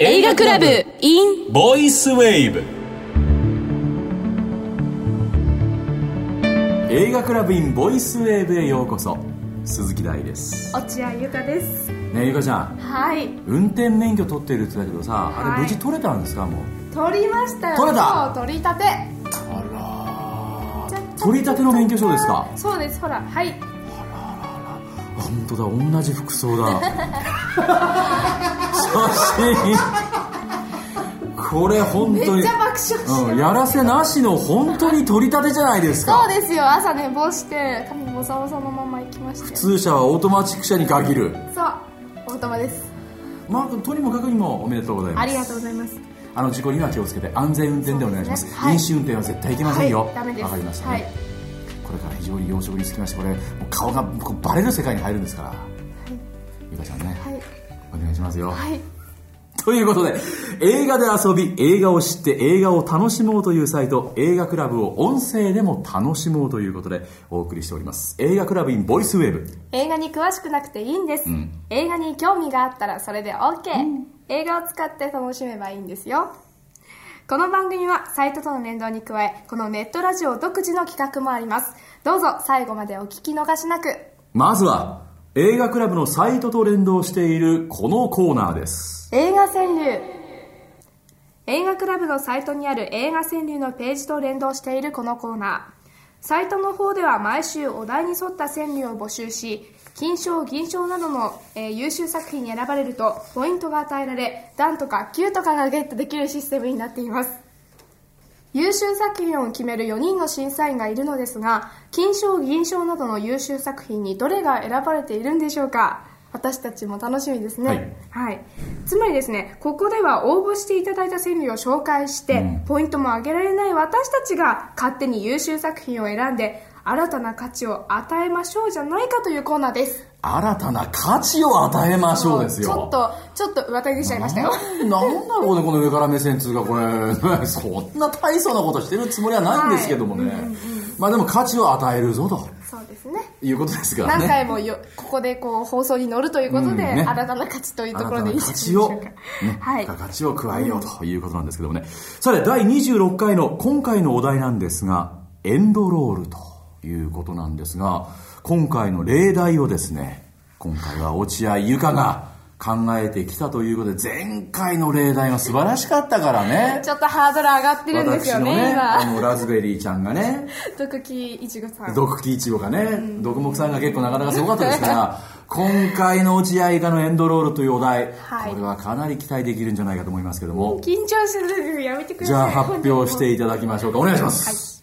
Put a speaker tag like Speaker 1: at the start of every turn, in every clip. Speaker 1: 映画クラブ in
Speaker 2: ボイスウェーブ映画クラブインボイスウェーブへようこそ鈴木大です
Speaker 3: 落合ゆかです
Speaker 2: ねえゆかちゃん
Speaker 3: はい
Speaker 2: 運転免許取ってるって言ったけどさあ
Speaker 3: は
Speaker 2: れ
Speaker 3: い
Speaker 2: 無事取れたんですかもう
Speaker 3: 取りましたよ
Speaker 2: 取れた
Speaker 3: そう取りたて
Speaker 2: あ
Speaker 3: じゃじゃ
Speaker 2: 取り立ての免許証ですか
Speaker 3: そうですほらはい
Speaker 2: ら本当だ同じ服装だ 写真これ本当に
Speaker 3: めっちゃ爆笑してます
Speaker 2: うん、やらせなしの本当に取り立てじゃないですか
Speaker 3: そうですよ朝寝坊して髪ボサボサのまま行きまして
Speaker 2: 普
Speaker 3: そう
Speaker 2: 通車はオートマチック車に限る
Speaker 3: オートマです
Speaker 2: まあとにもかくにもおめでとうございます
Speaker 3: ありがとうございます
Speaker 2: あの事故には気をつけて安全運転でお願いします
Speaker 3: そうですねはい
Speaker 2: 飲酒運転は絶対いけませんよ、
Speaker 3: はいダメです
Speaker 2: わかりましたね、
Speaker 3: はい
Speaker 2: これから非常に養殖につきましてこれもう顔がこうバレる世界に入るんですから、ゆかちゃんね、
Speaker 3: はい
Speaker 2: お願いしますよ、
Speaker 3: はい
Speaker 2: ということで映画で遊び映画を知って映画を楽しもうというサイト映画クラブを音声でも楽しもうということでお送りしております映画クラブインボイスウェーブ
Speaker 3: 映画に詳しくなくていいんです、
Speaker 2: ん
Speaker 3: 映画に興味があったらそれで OK、映画を使って楽しめばいいんですよこの番組はサイトとの連動に加えこのネットラジオ独自の企画もありますどうぞ最後までお聞き逃しなく
Speaker 2: まずは映画クラブのサイトと連動しているこのコーナーです
Speaker 3: 映画川柳映画クラブのサイトにある映画川柳のページと連動しているこのコーナーサイトの方では毎週お題に沿った川柳を募集し金賞銀賞などの、えー優秀作品に選ばれるとポイントが与えられ段とか9とかがゲットできるシステムになっています優秀作品を決める4人の審査員がいるのですが金賞銀賞などの優秀作品にどれが選ばれているんでしょうか私たちも楽しみですね、はいつまりですねここでは応募していただいた川柳を紹介して、ポイントも上げられない私たちが勝手に優秀作品を選んで新たな価値を与えましょうじゃないかというコーナーです
Speaker 2: 新たな価値を与えましょうですよ
Speaker 3: ちょっとちょっと上手にしちゃいましたよ
Speaker 2: なんなんだろうねこの上から目線つうかこれ そんな大層なことしてるつもりはないんですけどもね、まあでも価値を与えるぞと
Speaker 3: そうですね
Speaker 2: いうことですからね
Speaker 3: 何回もよここでこう放送に乗るということで、
Speaker 2: うんね
Speaker 3: 新たな価値というところでいい
Speaker 2: 新
Speaker 3: で
Speaker 2: たな価値
Speaker 3: しょう
Speaker 2: を、
Speaker 3: か
Speaker 2: ね、
Speaker 3: はい
Speaker 2: 付加価値を加えようということなんですけどもねさて第26回の今回のお題なんですがエンドロールということなんですが今回の例題をですね今回は落合由香が考えてきたということで前回の例題が素晴らしかったからね
Speaker 3: ちょっとハードル上がってるんです
Speaker 2: 私
Speaker 3: よ
Speaker 2: の
Speaker 3: ね
Speaker 2: ねあ
Speaker 3: 今
Speaker 2: のラズベリーちゃんがね
Speaker 3: 毒木いちごさん
Speaker 2: 毒木いちごがね、毒木さんが結構なかなかすごかったですから、今回の落合以下のエンドロールというお題、
Speaker 3: はい
Speaker 2: これはかなり期待できるんじゃないかと思いますけども、
Speaker 3: 緊張するやめてください
Speaker 2: じゃあ発表していただきましょうか。お願いします。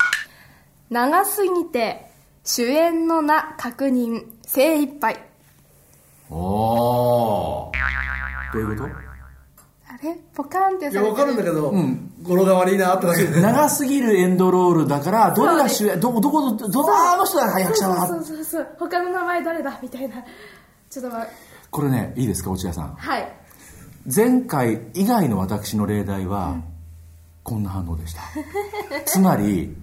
Speaker 3: 長すぎて主演の名確認精一杯
Speaker 2: おー。どういうこ
Speaker 3: あれポカンって
Speaker 4: い
Speaker 3: さ
Speaker 4: や、
Speaker 3: れ
Speaker 4: わ
Speaker 3: て
Speaker 4: かるんだけど、語呂が悪いなってだけ
Speaker 2: と
Speaker 4: で。
Speaker 2: 長すぎるエンドロールだから、どれが主演、ど、どこ、ど、ど、あの人が役者
Speaker 3: そ
Speaker 2: は。
Speaker 3: うそうそう他の名前誰だみたいなちょっとま
Speaker 2: これね、いいですか、落合さん。
Speaker 3: はい
Speaker 2: 前回以外の私の例題は、こんな反応でしたつまり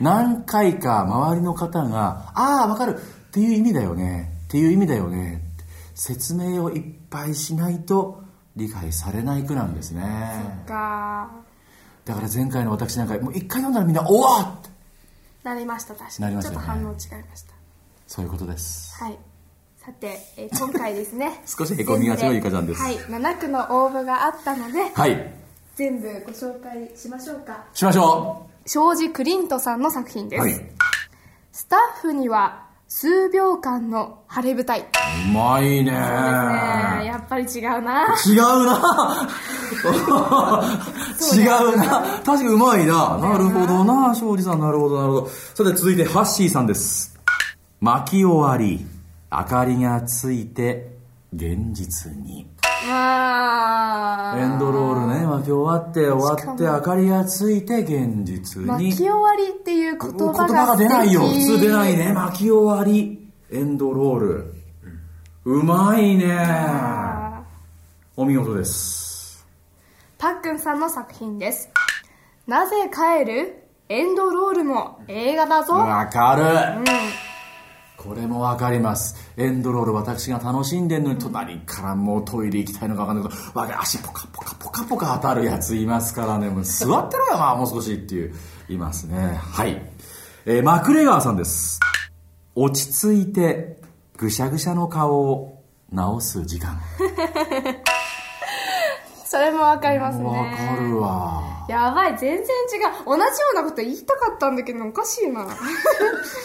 Speaker 2: 何回か周りの方が「ああわかる」っていう意味だよねっていう意味だよねって説明をいっぱいしないと理解されない句なんですね
Speaker 3: が
Speaker 2: だから前回の私なんかもう一回読んだらみんな「おわっ!」って
Speaker 3: なりました確か
Speaker 2: なり
Speaker 3: に、
Speaker 2: まし
Speaker 3: ち
Speaker 2: た
Speaker 3: ょっ
Speaker 2: よ
Speaker 3: と
Speaker 2: ね
Speaker 3: 反応違いました
Speaker 2: そういうことです。
Speaker 3: はい。さて、えー今回ですね
Speaker 2: 少しへこみが強いゆかちゃんです
Speaker 3: はい。7区の応募があったので、
Speaker 2: はい
Speaker 3: 全部ご紹介しましょうか。
Speaker 2: しましょ
Speaker 3: 庄司クリントさんの作品で
Speaker 2: う
Speaker 3: す。
Speaker 2: はい
Speaker 3: スタッフには数秒間の晴れ舞台。
Speaker 2: うまいね
Speaker 3: ねえやっぱり違う な。
Speaker 2: 違うな違うな確かにうまいななるほどな庄司さんなるほどなるほどさて続いてハッシーさんです巻き終わり明かりがついて現実に
Speaker 3: あー
Speaker 2: エンドロールね巻き終わって終わって
Speaker 3: しかも
Speaker 2: 明かりがついて現実に
Speaker 3: 巻き終わりっていう言
Speaker 2: 言
Speaker 3: 葉が
Speaker 2: 葉が出ないよ
Speaker 3: 素敵
Speaker 2: 普通出ないね巻き終わりエンドロールうまいね
Speaker 3: あー
Speaker 2: お見事です
Speaker 3: パックンさんの作品です。なぜ帰るエンドロールも映画だぞ。
Speaker 2: わかる、これもわかります。エンドロール私が楽しんでんのに、隣からもうトイレ行きたいのかわかんないけど、わが足ポカポカポカポカ当たるやついますからね、もう座ってろよ、まあもう少しっていう、いますね。はい。えーマクレガーさんです。落ち着いて、ぐしゃぐしゃの顔を直す時間。
Speaker 3: それもわかりますね
Speaker 2: わかるわ。
Speaker 3: やばい全然違う同じようなこと言いたかったんだけどおかしいな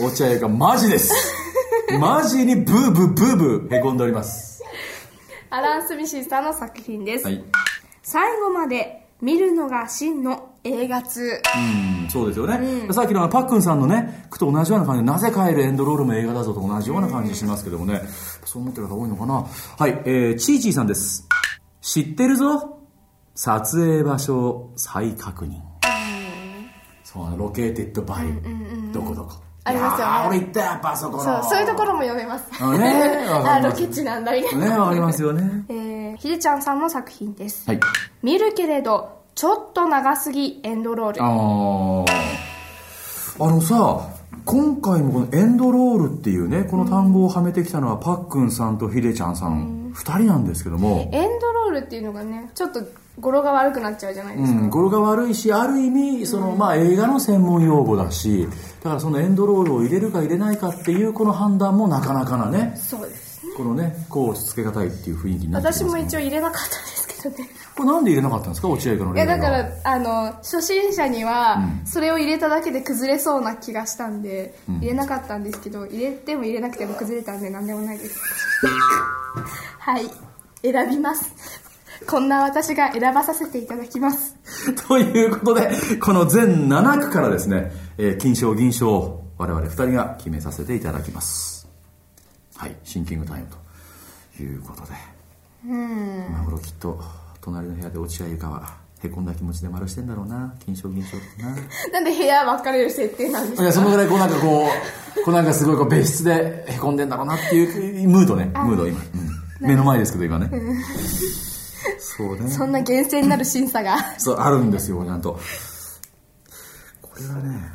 Speaker 2: 落合がマジです。マジにブーブーブーブーへこんでおります。
Speaker 3: アラン・スミシーさんの作品です、
Speaker 2: はい。
Speaker 3: 最後まで見るのが真の映画通
Speaker 2: うんそうですよね、さっきのあのパックンさんのね句と同じような感じでなぜ帰るエンドロールも映画だぞと同じような感じしますけどもね、そう思ってる方多いのかなはいえー、チーチーさんです知ってるぞ撮影場所を再確認そうあのロケーテッドバイ、どこどこ
Speaker 3: ありますよね
Speaker 2: いやー俺行ったよやっぱあそこの
Speaker 3: そうそういうところも読めます
Speaker 2: あ ねわか
Speaker 3: あ
Speaker 2: ります
Speaker 3: ロケ地なんだみたいな、
Speaker 2: ねわかりますよね
Speaker 3: えー、ひでちゃんさんの作品です、
Speaker 2: はい
Speaker 3: 見るけれどちょっと長すぎエンドロール
Speaker 2: あああのさ今回もこのエンドロールっていうねこの単語をはめてきたのはパックンさんとヒデちゃんさん2人なんですけども、
Speaker 3: エンドロールっていうのがねちょっと語呂が悪くなっちゃうじゃないで
Speaker 2: う
Speaker 3: すか、
Speaker 2: ん、語呂が悪いしある意味その、まあ、映画の専門用語だしだからそのエンドロールを入れるか入れないかっていうこの判断もなかなかなね
Speaker 3: そうです
Speaker 2: このねこうつけがたいっていう雰囲気になってきます
Speaker 3: 私
Speaker 2: けど
Speaker 3: も一応入れなかったんですけどね
Speaker 2: これなんで入れなかったんですか落合君の
Speaker 3: いや
Speaker 2: 例題
Speaker 3: だ
Speaker 2: は
Speaker 3: からあの初心者にはそれを入れただけで崩れそうな気がしたんで、入れなかったんですけど入れても入れなくても崩れたんで何でもないです はい選びますこんな私が選ばさせていただきます
Speaker 2: ということで、この全7区からですね、えー金賞、銀賞を我々2人が決めさせていただきます。はい、シンキングタイムということで。今頃きっと、隣の部屋で落合ゆかは、へこんだ気持ちで丸してんだろうな、金賞、銀賞ってな。
Speaker 3: なんで部屋分かれる設定なんで
Speaker 2: い
Speaker 3: すか
Speaker 2: や、そのぐらいこうなんかこう、こうなんかすごいこう別室でへこんでんだろうなっていうムードね、ムード今。うん目の前ですけど今 ね。そうね。
Speaker 3: そんな厳正になる審 査が
Speaker 2: そう、あるんですよ、ちゃんと。これはね、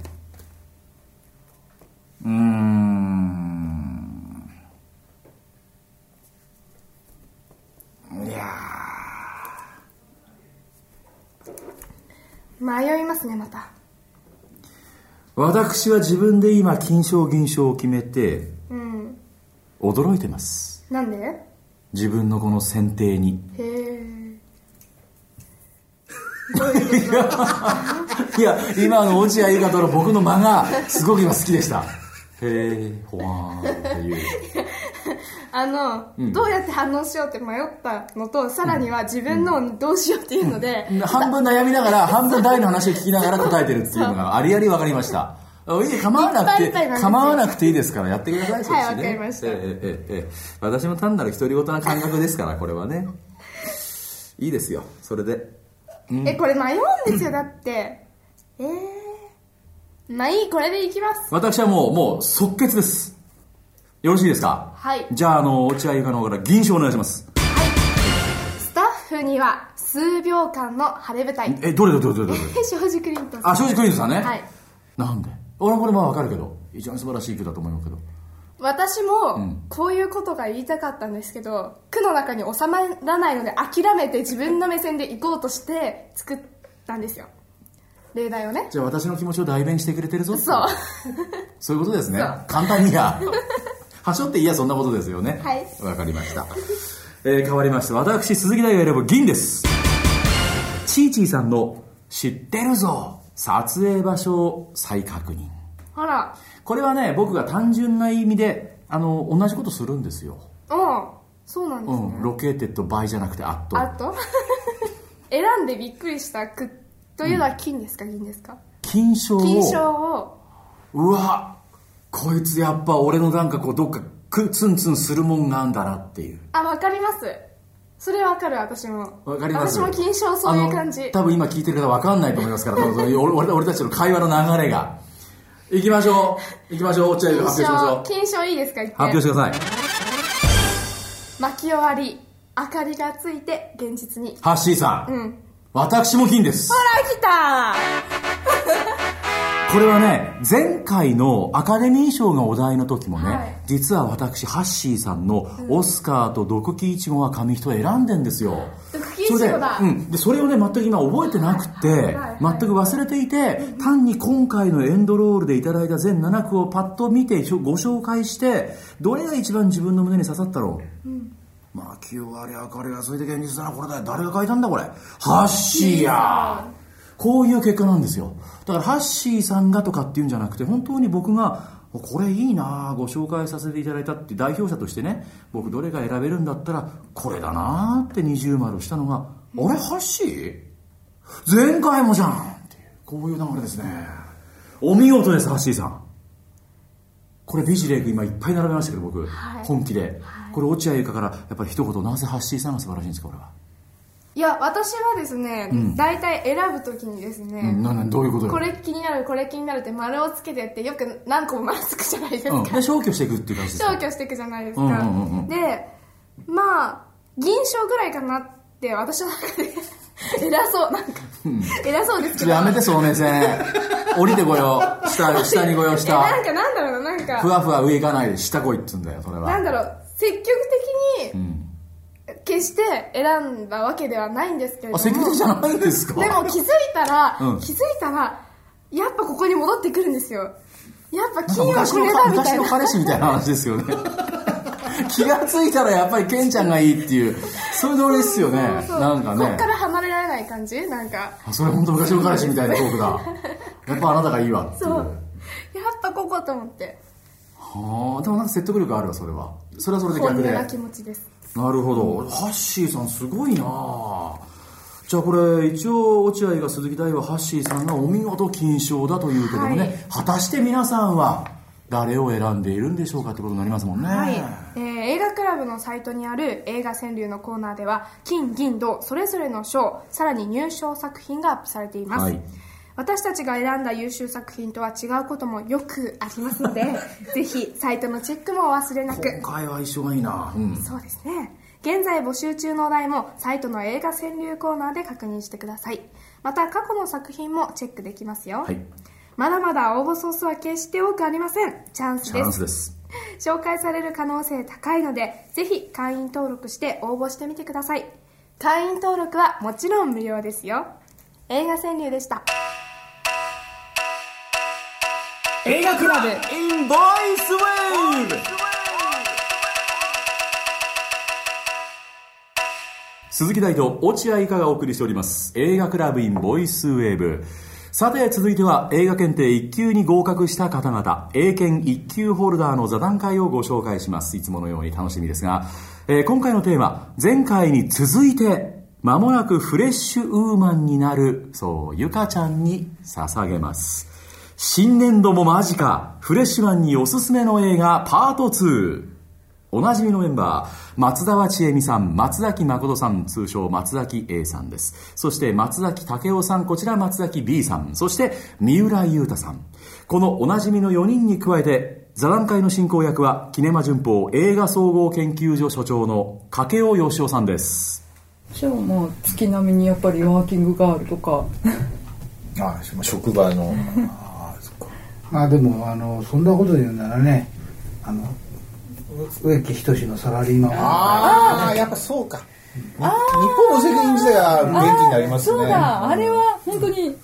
Speaker 2: うーん。いや
Speaker 3: 迷いますねまた
Speaker 2: ー私は自分で今、金賞、銀賞を決めて、
Speaker 3: うん
Speaker 2: 驚いてます。
Speaker 3: なんでへ
Speaker 2: 自分のこの選定に。
Speaker 3: え
Speaker 2: いや、今の落合ゆかとの僕の間が、すごく今好きでした。へー、ほわーんっていう。
Speaker 3: あの、どうやって反応しようって迷ったのとさらには自分のをどうしようっていうので、
Speaker 2: 半分悩みながら、半分大の話を聞きながら答えてるっていうのがありあり分かりました。あいい構わなく
Speaker 3: い
Speaker 2: て
Speaker 3: っぱいいっぱいなんです、よ
Speaker 2: 構わなくていいですから、やってください、そっちね
Speaker 3: はいわかりました
Speaker 2: ええええええ私も単なる独り言な感覚ですから、これはね。いいですよ、それで。
Speaker 3: えこれ迷うん ですよだってええまあいいこれでいきます
Speaker 2: 私はもう、もう即決です。よろしいですか
Speaker 3: はい
Speaker 2: じゃあ、あの、落合ゆかの方から銀賞お願いします。
Speaker 3: スタッフには数秒間の晴れ舞台
Speaker 2: え、どれどれどれどれどれ
Speaker 3: 正直クリントンさん
Speaker 2: あ、正直クリーンさんね。
Speaker 3: はい
Speaker 2: なんで俺もこれまあ分かるけど、非常に素晴らしい句だと思うけど。
Speaker 3: 私もこういうことが言いたかったんですけど、区の中に収まらないので諦めて自分の目線で行こうとして作ったんですよ例題をね
Speaker 2: じゃあ私の気持ちを代弁してくれてるぞってい
Speaker 3: そう
Speaker 2: そういうことですね
Speaker 3: そう。
Speaker 2: 簡単にや。 はしょっていや、そんなことですよね。
Speaker 3: はい
Speaker 2: わかりました。えー変わりまして、私、鈴木大が選ぶ銀です。チーチーさんの、知ってるぞ撮影場所を再確認。
Speaker 3: ほら
Speaker 2: これはね、僕が単純な意味で、あの、同じことするんですよ。
Speaker 3: うんそうなんで
Speaker 2: う
Speaker 3: すね、
Speaker 2: ん、ロケーテッド倍じゃなくて、アット。
Speaker 3: あと 選んでびっくりした句というのは金ですか銀ですか
Speaker 2: 金賞を。
Speaker 3: 金賞を
Speaker 2: うわこいつやっぱ俺のなんかこう、どっか、く、ツンツンするもんがあんだなっていう。
Speaker 3: あわかりますそれわかる私も
Speaker 2: わかります
Speaker 3: 私も金賞そういう感
Speaker 2: あの
Speaker 3: じ
Speaker 2: 多分今聞いてる方分かんないと思いますから、多分そういう 俺俺俺たちの会話の流れが。行きましょう。行きましょう。落合ゆか発表しましょう。
Speaker 3: 金賞いいですか言って
Speaker 2: 発表してください。
Speaker 3: 巻き終わり明かりがついて現実に
Speaker 2: ハッシーさん。
Speaker 3: うん
Speaker 2: 私も金です。
Speaker 3: ほら来た
Speaker 2: これはね前回のアカデミー賞のお題の時もね、
Speaker 3: はい
Speaker 2: 実は私ハッシーさんの「オスカーと毒キイチゴが紙一重」選んでんですよ、
Speaker 3: 毒キイチゴだ
Speaker 2: それで,、うん、でそれをね全く今覚えてなくて、
Speaker 3: はい
Speaker 2: 全く忘れていて単に今回のエンドロールでいただいた全7句をパッと見てご紹介してどれが一番自分の胸に刺さったろう、まあ9割明かりがついて現実だなこれだよ誰が書いたんだこれハッシーやこういう結果なんですよだからハッシーさんがとかっていうんじゃなくて本当に僕がこれいいなあご紹介させていただいたって代表者としてね僕どれが選べるんだったらこれだなあって二重丸をしたのが、あれハッシー前回もじゃんっていうこういう流れですねお見事ですハッシーさんこれビジレイク今いっぱい並べましたけど僕、本気で、これ落合ゆかからやっぱり一言なぜハッシーさんが素晴らしいんですかこれは、
Speaker 3: いや私はですね、大体選ぶときにですね、
Speaker 2: うん、ななどういうことよ
Speaker 3: これ気になるこれ気になるって丸をつけてってよく何個も丸つくじゃないですか、
Speaker 2: うん、で消去していくっていう感じですか
Speaker 3: 消去していくじゃないですか、
Speaker 2: うんうんうんうん
Speaker 3: でまあ銀賞ぐらいかなって私の中で 偉そうなんか、偉そうですけど
Speaker 2: やめてそう目線 降りてこよう下下にこよう
Speaker 3: えな
Speaker 2: 下
Speaker 3: んかなんだろうななん
Speaker 2: ふ
Speaker 3: か
Speaker 2: わふわ上行かないで下来いっつうんだよそれは
Speaker 3: なんだろう積極的
Speaker 2: う
Speaker 3: に
Speaker 2: ん、
Speaker 3: 決して選んだわけではないんですけれども
Speaker 2: あ積極的じゃないんですか
Speaker 3: でも気づいたら、
Speaker 2: うん
Speaker 3: 気づいたらやっぱここに戻ってくるんですよやっ
Speaker 2: な
Speaker 3: ぱ
Speaker 2: んか
Speaker 3: 金は
Speaker 2: 昔
Speaker 3: こ
Speaker 2: の
Speaker 3: れだみた
Speaker 2: 昔
Speaker 3: い
Speaker 2: の
Speaker 3: な
Speaker 2: 彼氏みたいな話ですよね 気がついたらやっぱりケンちゃんがいいっていうそういうノリですよね
Speaker 3: そう
Speaker 2: なんかね
Speaker 3: こっから離れられない感じなんか
Speaker 2: あそれ本当昔の彼氏みたいなトーク だやっぱあなたがいいわってい
Speaker 3: そううやっぱここと思って
Speaker 2: はあでもなんか説得力あるわそれはそれはそれで
Speaker 3: 本
Speaker 2: 逆
Speaker 3: 音
Speaker 2: で
Speaker 3: な気持ちです
Speaker 2: なるほど、ハッシーさんすごいなあじゃあこれ一応落合が鈴木大はハッシーさんがお見事金賞だというけどもね、
Speaker 3: はい
Speaker 2: 果たして皆さんは誰を選んでいるんでしょうかってことになりますもんね、
Speaker 3: はい、えー映画クラブのサイトにある映画川柳のコーナーでは金銀銅それぞれの賞さらに入賞作品がアップされています、
Speaker 2: はい
Speaker 3: 私たちが選んだ優秀作品とは違うこともよくあります のでぜひサイトのチェックもお忘れなく
Speaker 2: 今回は一緒がいいな、うん
Speaker 3: そうですね現在募集中のお題もサイトの映画川柳コーナーで確認してくださいまた過去の作品もチェックできますよ、
Speaker 2: はい
Speaker 3: まだまだ応募総数は決して多くありませんチャンス
Speaker 2: チ
Speaker 3: で
Speaker 2: ャン
Speaker 3: す
Speaker 2: スです
Speaker 3: 紹介される可能性高いのでぜひ会員登録して応募してみてください会員登録はもちろん無料ですよ映画川柳でした
Speaker 2: 映画クラブ in ボイスウェーブ鈴木大と落合いかがお送りしております映画クラブ in ボイスウェーブさて続いては映画検定1級に合格した方々英検1級ホルダーの座談会をご紹介しますいつものように楽しみですが、えー今回のテーマ前回に続いて間もなくフレッシュウーマンになるそうゆかちゃんに捧げます新年度も間近フレッシュマンにおすすめの映画パート2おなじみのメンバー、松沢千恵美さん、松崎誠さん、通称松崎 A さんです。そして松崎武夫さん、こちら松崎 B さん、そして三浦優太さん。このおなじみの4人に加えて、座談会の進行役は、キネマ旬報映画総合研究所所長の掛尾義雄さんです。
Speaker 5: じゃあまあ月並みにやっぱりワーキングガールとか
Speaker 6: あし職場のああそっか
Speaker 4: まあでもあのそんなこと言うならねあのう植木仁のサラリーマンは
Speaker 6: ああやっぱそうか日本も世界時代は元気になりますね
Speaker 5: そうだあれは本当に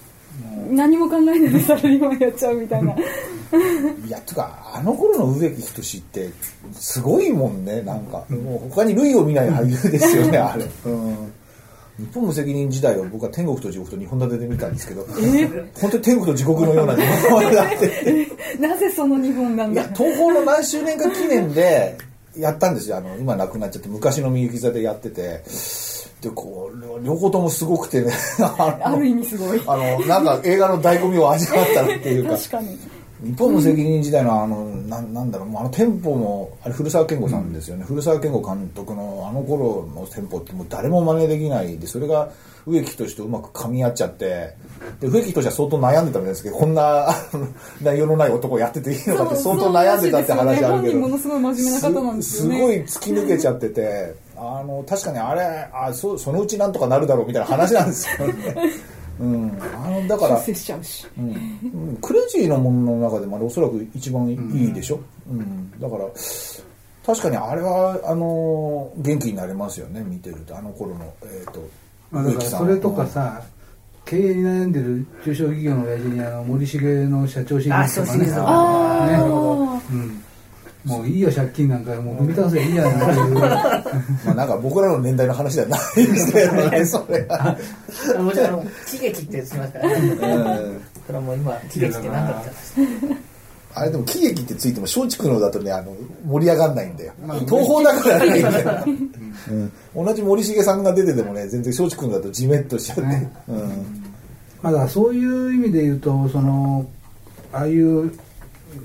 Speaker 5: 何も考えないでサラリーマンやっちゃうみたいな
Speaker 6: いやとかあの頃の植木仁ってすごいもんねなんか、もう他に類を見ない俳優ですよねあれうん日本無責任時代を僕は天国と地獄と日本立てで見たんですけど、本当に天国と地獄のような日本立てで
Speaker 5: なぜその日本なん
Speaker 6: いや
Speaker 5: だ
Speaker 6: 東宝の何周年か記念でやったんですよあの今亡くなっちゃって昔のみゆき座でやっててでこう両方ともすごくてねあ
Speaker 5: ある意味すごい
Speaker 6: あのなんか映画の醍醐味を味わったっていうか
Speaker 5: 確かに
Speaker 6: 日本無責任時代のあのなんなんだろうもうあのテンポもあれ古澤健吾さんですよね、古澤健吾監督のあの頃のテンポってもう誰も真似できないでそれが植木仁とうまく噛み合っちゃってで植木仁は相当悩んでたみたいですけどこんな あの内容のない男をやってていいのかって
Speaker 5: そう
Speaker 6: 相当悩んでたって話あるけ
Speaker 5: そうらしいですよね本人も
Speaker 6: ど
Speaker 5: のすごい真面目な方なんですよね
Speaker 6: すごい突き抜けちゃっててあの確かにあれあそそのうちなんとかなるだろうみたいな話なんですよねうん、あの だから
Speaker 5: 出世しちゃうし。
Speaker 6: うんクレイジーなものの中でもあれおそらく一番いいでしょ、うんだから確かにあれはあの元気になれますよね見てるとあの頃のえっ、と、
Speaker 4: まあ、だ
Speaker 6: 植
Speaker 4: から
Speaker 6: 木さん
Speaker 4: それとかさ、経営に悩んでる中小企業の親父にあの森重の社長シリーズとかね
Speaker 5: あ
Speaker 4: ね
Speaker 5: あ、なるほ
Speaker 4: うん、もういいよ借金なんかもう踏み倒せいいやんって いう
Speaker 6: まあ、なんか僕らの年代の話ではないですけど ねそれは、
Speaker 7: もちろん、喜劇って言ってますからね。
Speaker 6: うん
Speaker 7: それはもう今、喜劇って何だったんですか
Speaker 6: あれでも喜劇ってついても松竹のだとねあの盛り上がんないんだよ、東宝だからねうん、同じ森重さんが出ててもね全然松竹のだとジメッとしちゃって、
Speaker 4: ね
Speaker 6: うん
Speaker 4: まあだからそういう意味で言うとそのああいう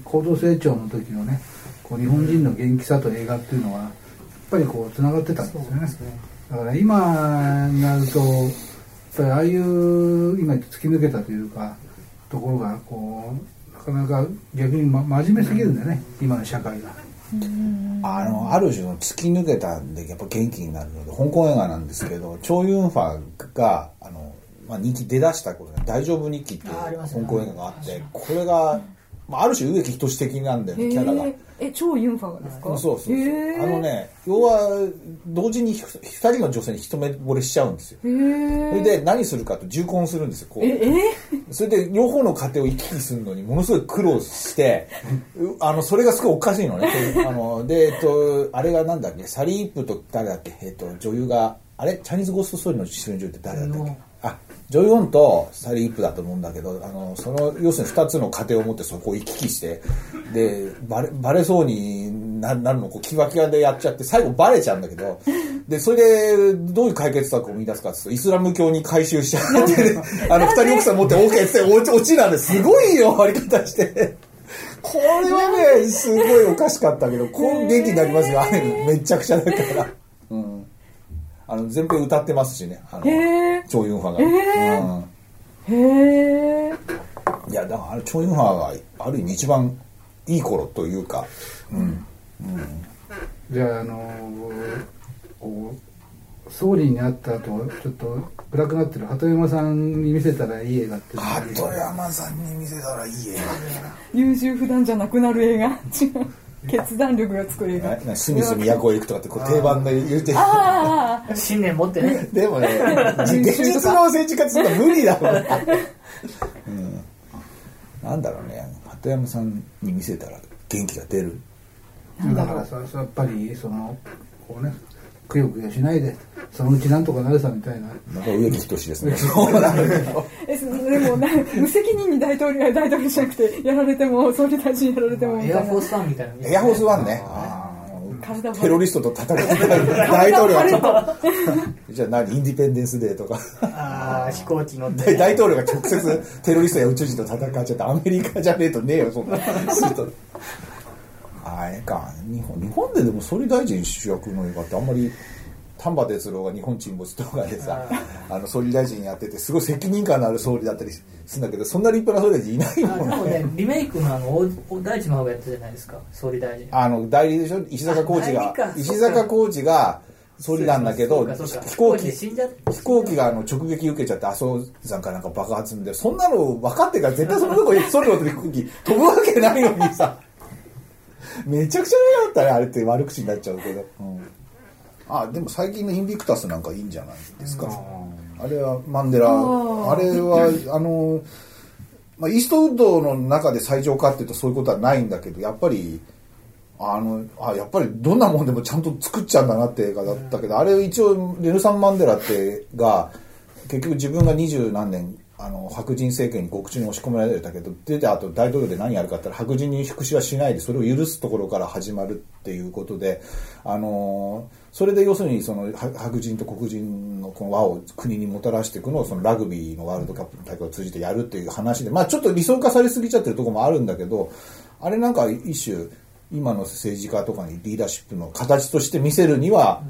Speaker 4: 高度成長の時のねこう日本人の元気さと映画っていうのはやっぱりこうつながってたんですよねだから今になるとやっぱりああいう今言って突き抜けたというかところがこうなかなか逆に、ま、真面目すぎるんだよね今の社会が。
Speaker 6: あの、ある種の突き抜けたんで、やっぱ元気になるので、香港映画なんですけど、チョ・ユンファが、あの、まあ、人気出だした頃ね、大丈夫日記っていう
Speaker 7: ああります
Speaker 6: 香
Speaker 7: ね
Speaker 6: 港映画があって、これが、まあ、ある種植木仁的なんだよ
Speaker 5: ど。へ
Speaker 6: ね、キャラが。
Speaker 5: え、え、超ユンファがです
Speaker 6: そう
Speaker 5: か
Speaker 6: そうそう。あ
Speaker 5: へえ。
Speaker 6: の。ね、要は、同時にひ二人の女性に一目惚れしちゃうんですよ。
Speaker 5: へえ。
Speaker 6: それで何するかと重婚するんですよ、こう。
Speaker 5: え、え
Speaker 6: それで両方の家庭を行き来するのにものすごい苦労して うあのそれがすごいおかしいのねあので、えっと、あれがなんだっけサリープと誰だっけ、えっと、女優があれチャイニーズゴーストストーリーの主演女優って誰だったっけあジョイオンとサリープだと思うんだけどあのその要するに2つの家庭を持ってそこを行き来してでバレバレそうにななるのをこうキワキワでやっちゃって最後バレちゃうんだけどでそれでどういう解決策を見出すかっていうとイスラム教に改宗しちゃってねあの2人奥さん持って OK って落ち落ちなんですごいよ割り方して。これはね、すごいおかしかったけど、こう元気になりますよ、あれ、めちゃくちゃだから。うん。あの、前編歌ってますしね、あの、
Speaker 5: へー
Speaker 6: 超ユンファが。
Speaker 5: へえ。へえ。
Speaker 6: うん。いや、だから、あれ、超ユンファが、ある意味一番いい頃というか、うん。
Speaker 4: じゃあ、あのこう総理に会った後ちょっと暗くなってる鳩山さんに見せたらいい映画っていうのがある
Speaker 6: 鳩山さんに見せたらいい映
Speaker 5: 優柔不断じゃなくなる映画。違う。決断力がつく映
Speaker 6: 画
Speaker 5: 画。
Speaker 6: なな。スミス都へ行くとかって、こう、定番で言うてる。
Speaker 5: ああ、
Speaker 7: 信念持ってね。
Speaker 6: でもね、現実の政治家って無理だもん、うん。なんだろうね、鳩山さんに見せたら元気が出る。
Speaker 4: だからさやっぱりそのこうねくよくよしないでそのうちなんとかなるさみたいな
Speaker 6: なんか植木仁ですね。そうなんだけど。
Speaker 5: え、そでもな、無責任に大統領、大統領じゃなくて、やられても、総理大臣やられてもみたい
Speaker 7: エ
Speaker 5: な。
Speaker 7: アフォースワンみたいな。
Speaker 6: エアホースワンね。
Speaker 5: 体
Speaker 6: テロリストと戦ってた大統領が じゃあ何インディペンデンスデーとか
Speaker 7: ああ、飛行機乗って。
Speaker 6: 大統領が直接テロリストや宇宙人と戦っちゃってアメリカじゃねえとねえよそ んなあれか日本日本ででも総理大臣主役の映画ってあんまり丹波哲郎が日本沈没とかでさあの総理大臣やっててすごい責任感のある総理だったりするんだけどそんな立派な総理大臣いない
Speaker 7: あ
Speaker 6: もん
Speaker 7: でもね、リメイクのあの、おお大臣の方がやったじゃないですか、総理大臣。
Speaker 6: あの代理でしょ石坂浩二
Speaker 7: あ
Speaker 6: が
Speaker 7: 代理か
Speaker 6: 石坂浩二が総理なんだけど
Speaker 7: そうかそうか
Speaker 6: 飛行機
Speaker 7: で死んじゃ
Speaker 6: 飛行機があの直撃受けちゃって麻生さんかなんか爆発んでそんなの分かってから絶対そのとこにソリ乗ってる飛行機飛ぶわけないのにさめちゃくちゃ嫌だったねあれって悪口になっちゃうけど、うんあでも最近のインビクタスなんかいいんじゃないですかあれはマンデラあれはあのまあ、イーストウッドの中で最上かっていうとそういうことはないんだけどやっぱりあのあやっぱりどんなもんでもちゃんと作っちゃうんだなって映画だったけど、あれ一応ネルサン・マンデラってが結局自分が二十何年あの白人政権に獄中に押し込められてたけど出た後大統領で何やるかって言ったら白人に福祉はしないでそれを許すところから始まるっていうことで、あのそれで要するにそのは白人と黒人のこの和を国にもたらしていくのをそのラグビーのワールドカップの大会を通じてやるっていう話で、まあ、ちょっと理想化されすぎちゃってるところもあるんだけどあれなんか一種今の政治家とかにリーダーシップの形として見せるには、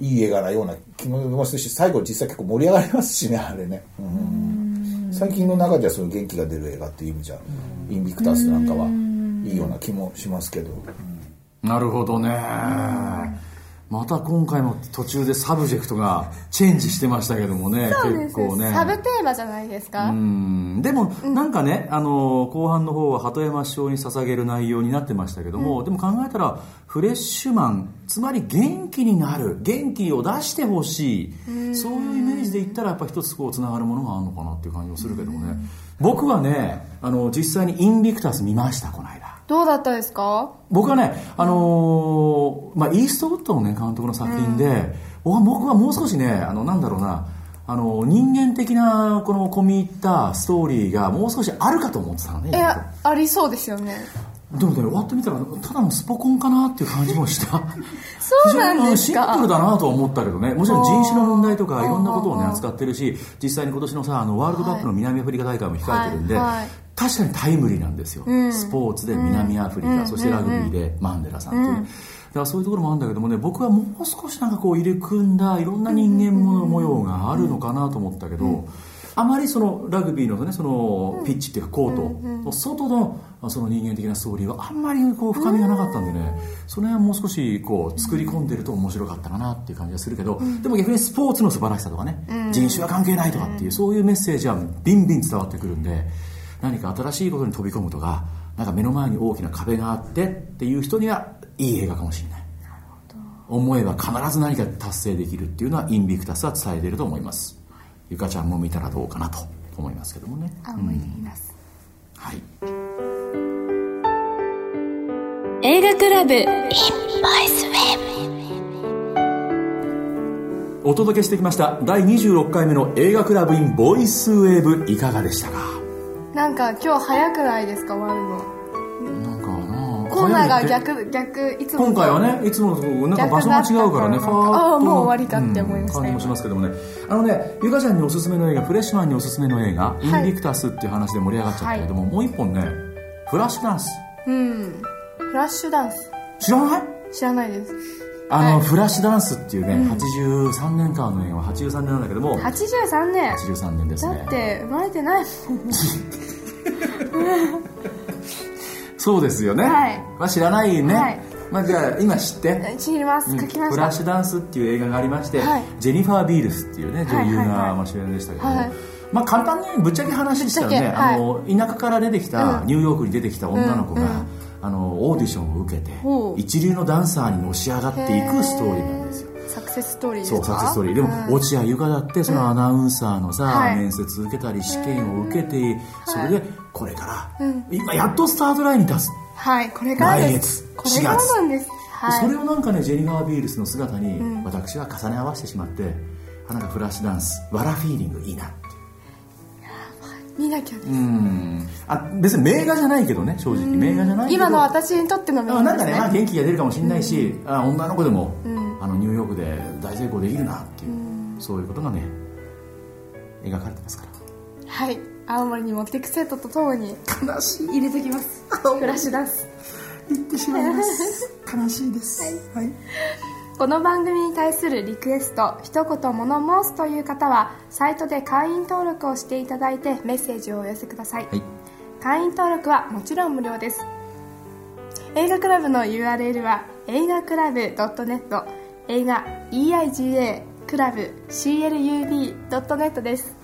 Speaker 6: いい映画なような気もするし最後実際結構盛り上がりますしねあれね、うん最近の中ではそういう元気が出る映画っていう意味じゃ、インビクタスなんかはいいような気もしますけど、
Speaker 2: なるほどね。また今回も途中でサブジェクトがチェンジしてましたけどもね、結構ね。
Speaker 3: サブテーマじゃないですか、
Speaker 2: うんでも、なんかね、あの後半の方は鳩山首相に捧げる内容になってましたけども、でも考えたらフレッシュマンつまり元気になる元気を出してほしいそういうイメージで言ったらやっぱ一つこうつながるものがあるのかなっていう感じもするけどもね僕はねあの実際にインビクタス見ましたこの間。
Speaker 3: どうだったですか
Speaker 2: 僕はね、あのーまあ、イーストウッドの、ね、監督の作品で、僕は僕はもう少しねあのなんだろうなあの人間的なこの込み入ったストーリーがもう少しあるかと思ってたのね
Speaker 3: いやありそうですよね
Speaker 2: でもね終わってみたらただのスポコンかなっていう感じもした
Speaker 3: そうなんです
Speaker 2: 非
Speaker 3: か
Speaker 2: 常にあのシンプルだなとは思ったけどねもちろん人種の問題とかいろんなことをね扱ってるし実際に今年のさあのワールドカップの南アフリカ大会も控えてるんで、
Speaker 3: はいはい
Speaker 2: 確かにタイムリーなんですよ、
Speaker 3: ん
Speaker 2: スポーツで南アフリカ、そしてラグビーでマンデラさんっていう、だからそういうところもあるんだけどもね僕はもう少しなんかこう入れ組んだいろんな人間もの模様があるのかなと思ったけど、あまりそのラグビーの,、ね、そのピッチっていうかコート、外のその人間的なストーリーはあんまりこう深みがなかったんでね、その辺はもう少しこう作り込んでると面白かったかなっていう感じがするけど、でも逆にスポーツの素晴らしさとかね、人種は関係ないとかっていうそういうメッセージはビンビン伝わってくるんで何か新しいことに飛び込むとかなんか目の前に大きな壁があってっていう人にはいい映画かもしれない思えば必ず何か達成できるっていうのはインビクタスは伝えてると思います、ゆかちゃんも見たらどうかなと思いますけどもね
Speaker 3: 思い出います、
Speaker 2: はい
Speaker 1: 映画クラブ
Speaker 2: お届けしてきました第26回目の映画クラブインボイスウェーブいかがでしたか
Speaker 3: なんか今日早くないですか終わるの
Speaker 2: なんかな
Speaker 3: コーナーが
Speaker 2: 早いね
Speaker 3: 逆逆いつもと
Speaker 2: 今回はねいつもとなんか場所が違うからねファーッ
Speaker 3: 逆だったから
Speaker 2: と
Speaker 3: ああもう終わりかって思いました
Speaker 2: うん感じもしますけどもねあのねゆかちゃんにおすすめの映画フレッシュマンにおすすめの映画「インビクタス」っていう話で盛り上がっちゃったけども、もう一本ね「フラッシュダンス
Speaker 3: うんフラッシュダンス」
Speaker 2: 知らない
Speaker 3: 知らないです
Speaker 2: あの、
Speaker 3: はい
Speaker 2: フラッシュダンスっていうね、83年間の映画は83年なんだけども
Speaker 3: 83年
Speaker 2: 83年です
Speaker 3: だ
Speaker 2: ね
Speaker 3: って生まれてないもん
Speaker 2: そうですよね、
Speaker 3: はい
Speaker 2: まあ、知らないね、
Speaker 3: はい
Speaker 2: まあ、じゃあ今知って、
Speaker 3: 知ります書きま
Speaker 2: フ
Speaker 3: し
Speaker 2: ラ
Speaker 3: た
Speaker 2: ッシュダンスっていう映画がありまして、
Speaker 3: はい
Speaker 2: ジェニファー・ビールスっていうね女優
Speaker 3: はいはいは
Speaker 2: が
Speaker 3: い
Speaker 2: まあ主演でしたけども、
Speaker 3: はい
Speaker 2: まあ、簡単にぶっちゃけ話したらね、
Speaker 3: ぶっちゃけはい
Speaker 2: あの田舎から出てきた、ニューヨークに出てきた女の子が、あのオーディションを受けて
Speaker 3: ほう
Speaker 2: 一流のダンサーにのし上がっていくストーリーなんですよ
Speaker 3: サクセスストーリーです
Speaker 2: そう
Speaker 3: か
Speaker 2: サクセスストーリーで
Speaker 3: う
Speaker 2: も
Speaker 3: ん
Speaker 2: 落合ゆかだってそのアナウンサーのさ、
Speaker 3: はい
Speaker 2: 面接受けたり試験を受けてそれでこれから、今やっとスタートラインに立つ、
Speaker 3: はいこれからで
Speaker 2: 来
Speaker 3: す
Speaker 2: 月
Speaker 3: これか
Speaker 2: 4
Speaker 3: ら
Speaker 2: 月
Speaker 3: なんですはい
Speaker 2: それをなんかねジェニファー・ビールスの姿に私は重ね合わせてしまって、あなんかフラッシュダンスわらフィーリングいいなって
Speaker 3: 見なきゃです
Speaker 2: うんあ別に名画じゃないけどね正直名画じゃないけど
Speaker 3: 今の私にとってのメ
Speaker 2: あ
Speaker 3: ニュ
Speaker 2: なんか
Speaker 3: ーです
Speaker 2: ね、
Speaker 3: ね
Speaker 2: まあ、元気が出るかもしれないし、あ女の子でも、あのニューヨークで大成功できるなっていう、そういうことがね描かれてますから
Speaker 3: はい青森に持っていく生徒とともに悲しい入れてきますフラッシュダンス 行ってしまいます悲しいです、はいこの番組に対するリクエスト一言物申すという方はサイトで会員登録をしていただいてメッセージをお寄せください、
Speaker 2: はい
Speaker 3: 会員登録はもちろん無料です映画クラブの URL は映画クラブ .net 映画 EIGA クラブ CLUB.net です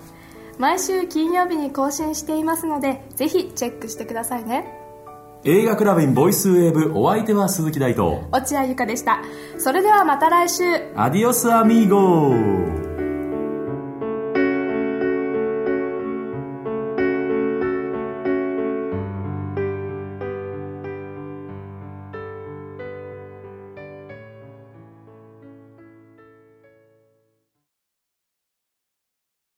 Speaker 3: 毎週金曜日に更新していますのでぜひチェックしてくださいね
Speaker 2: 映画クラブインボイスウェーブお相手は鈴木大東
Speaker 3: 落合ゆかでしたそれではまた来週
Speaker 2: アディオスアミーゴ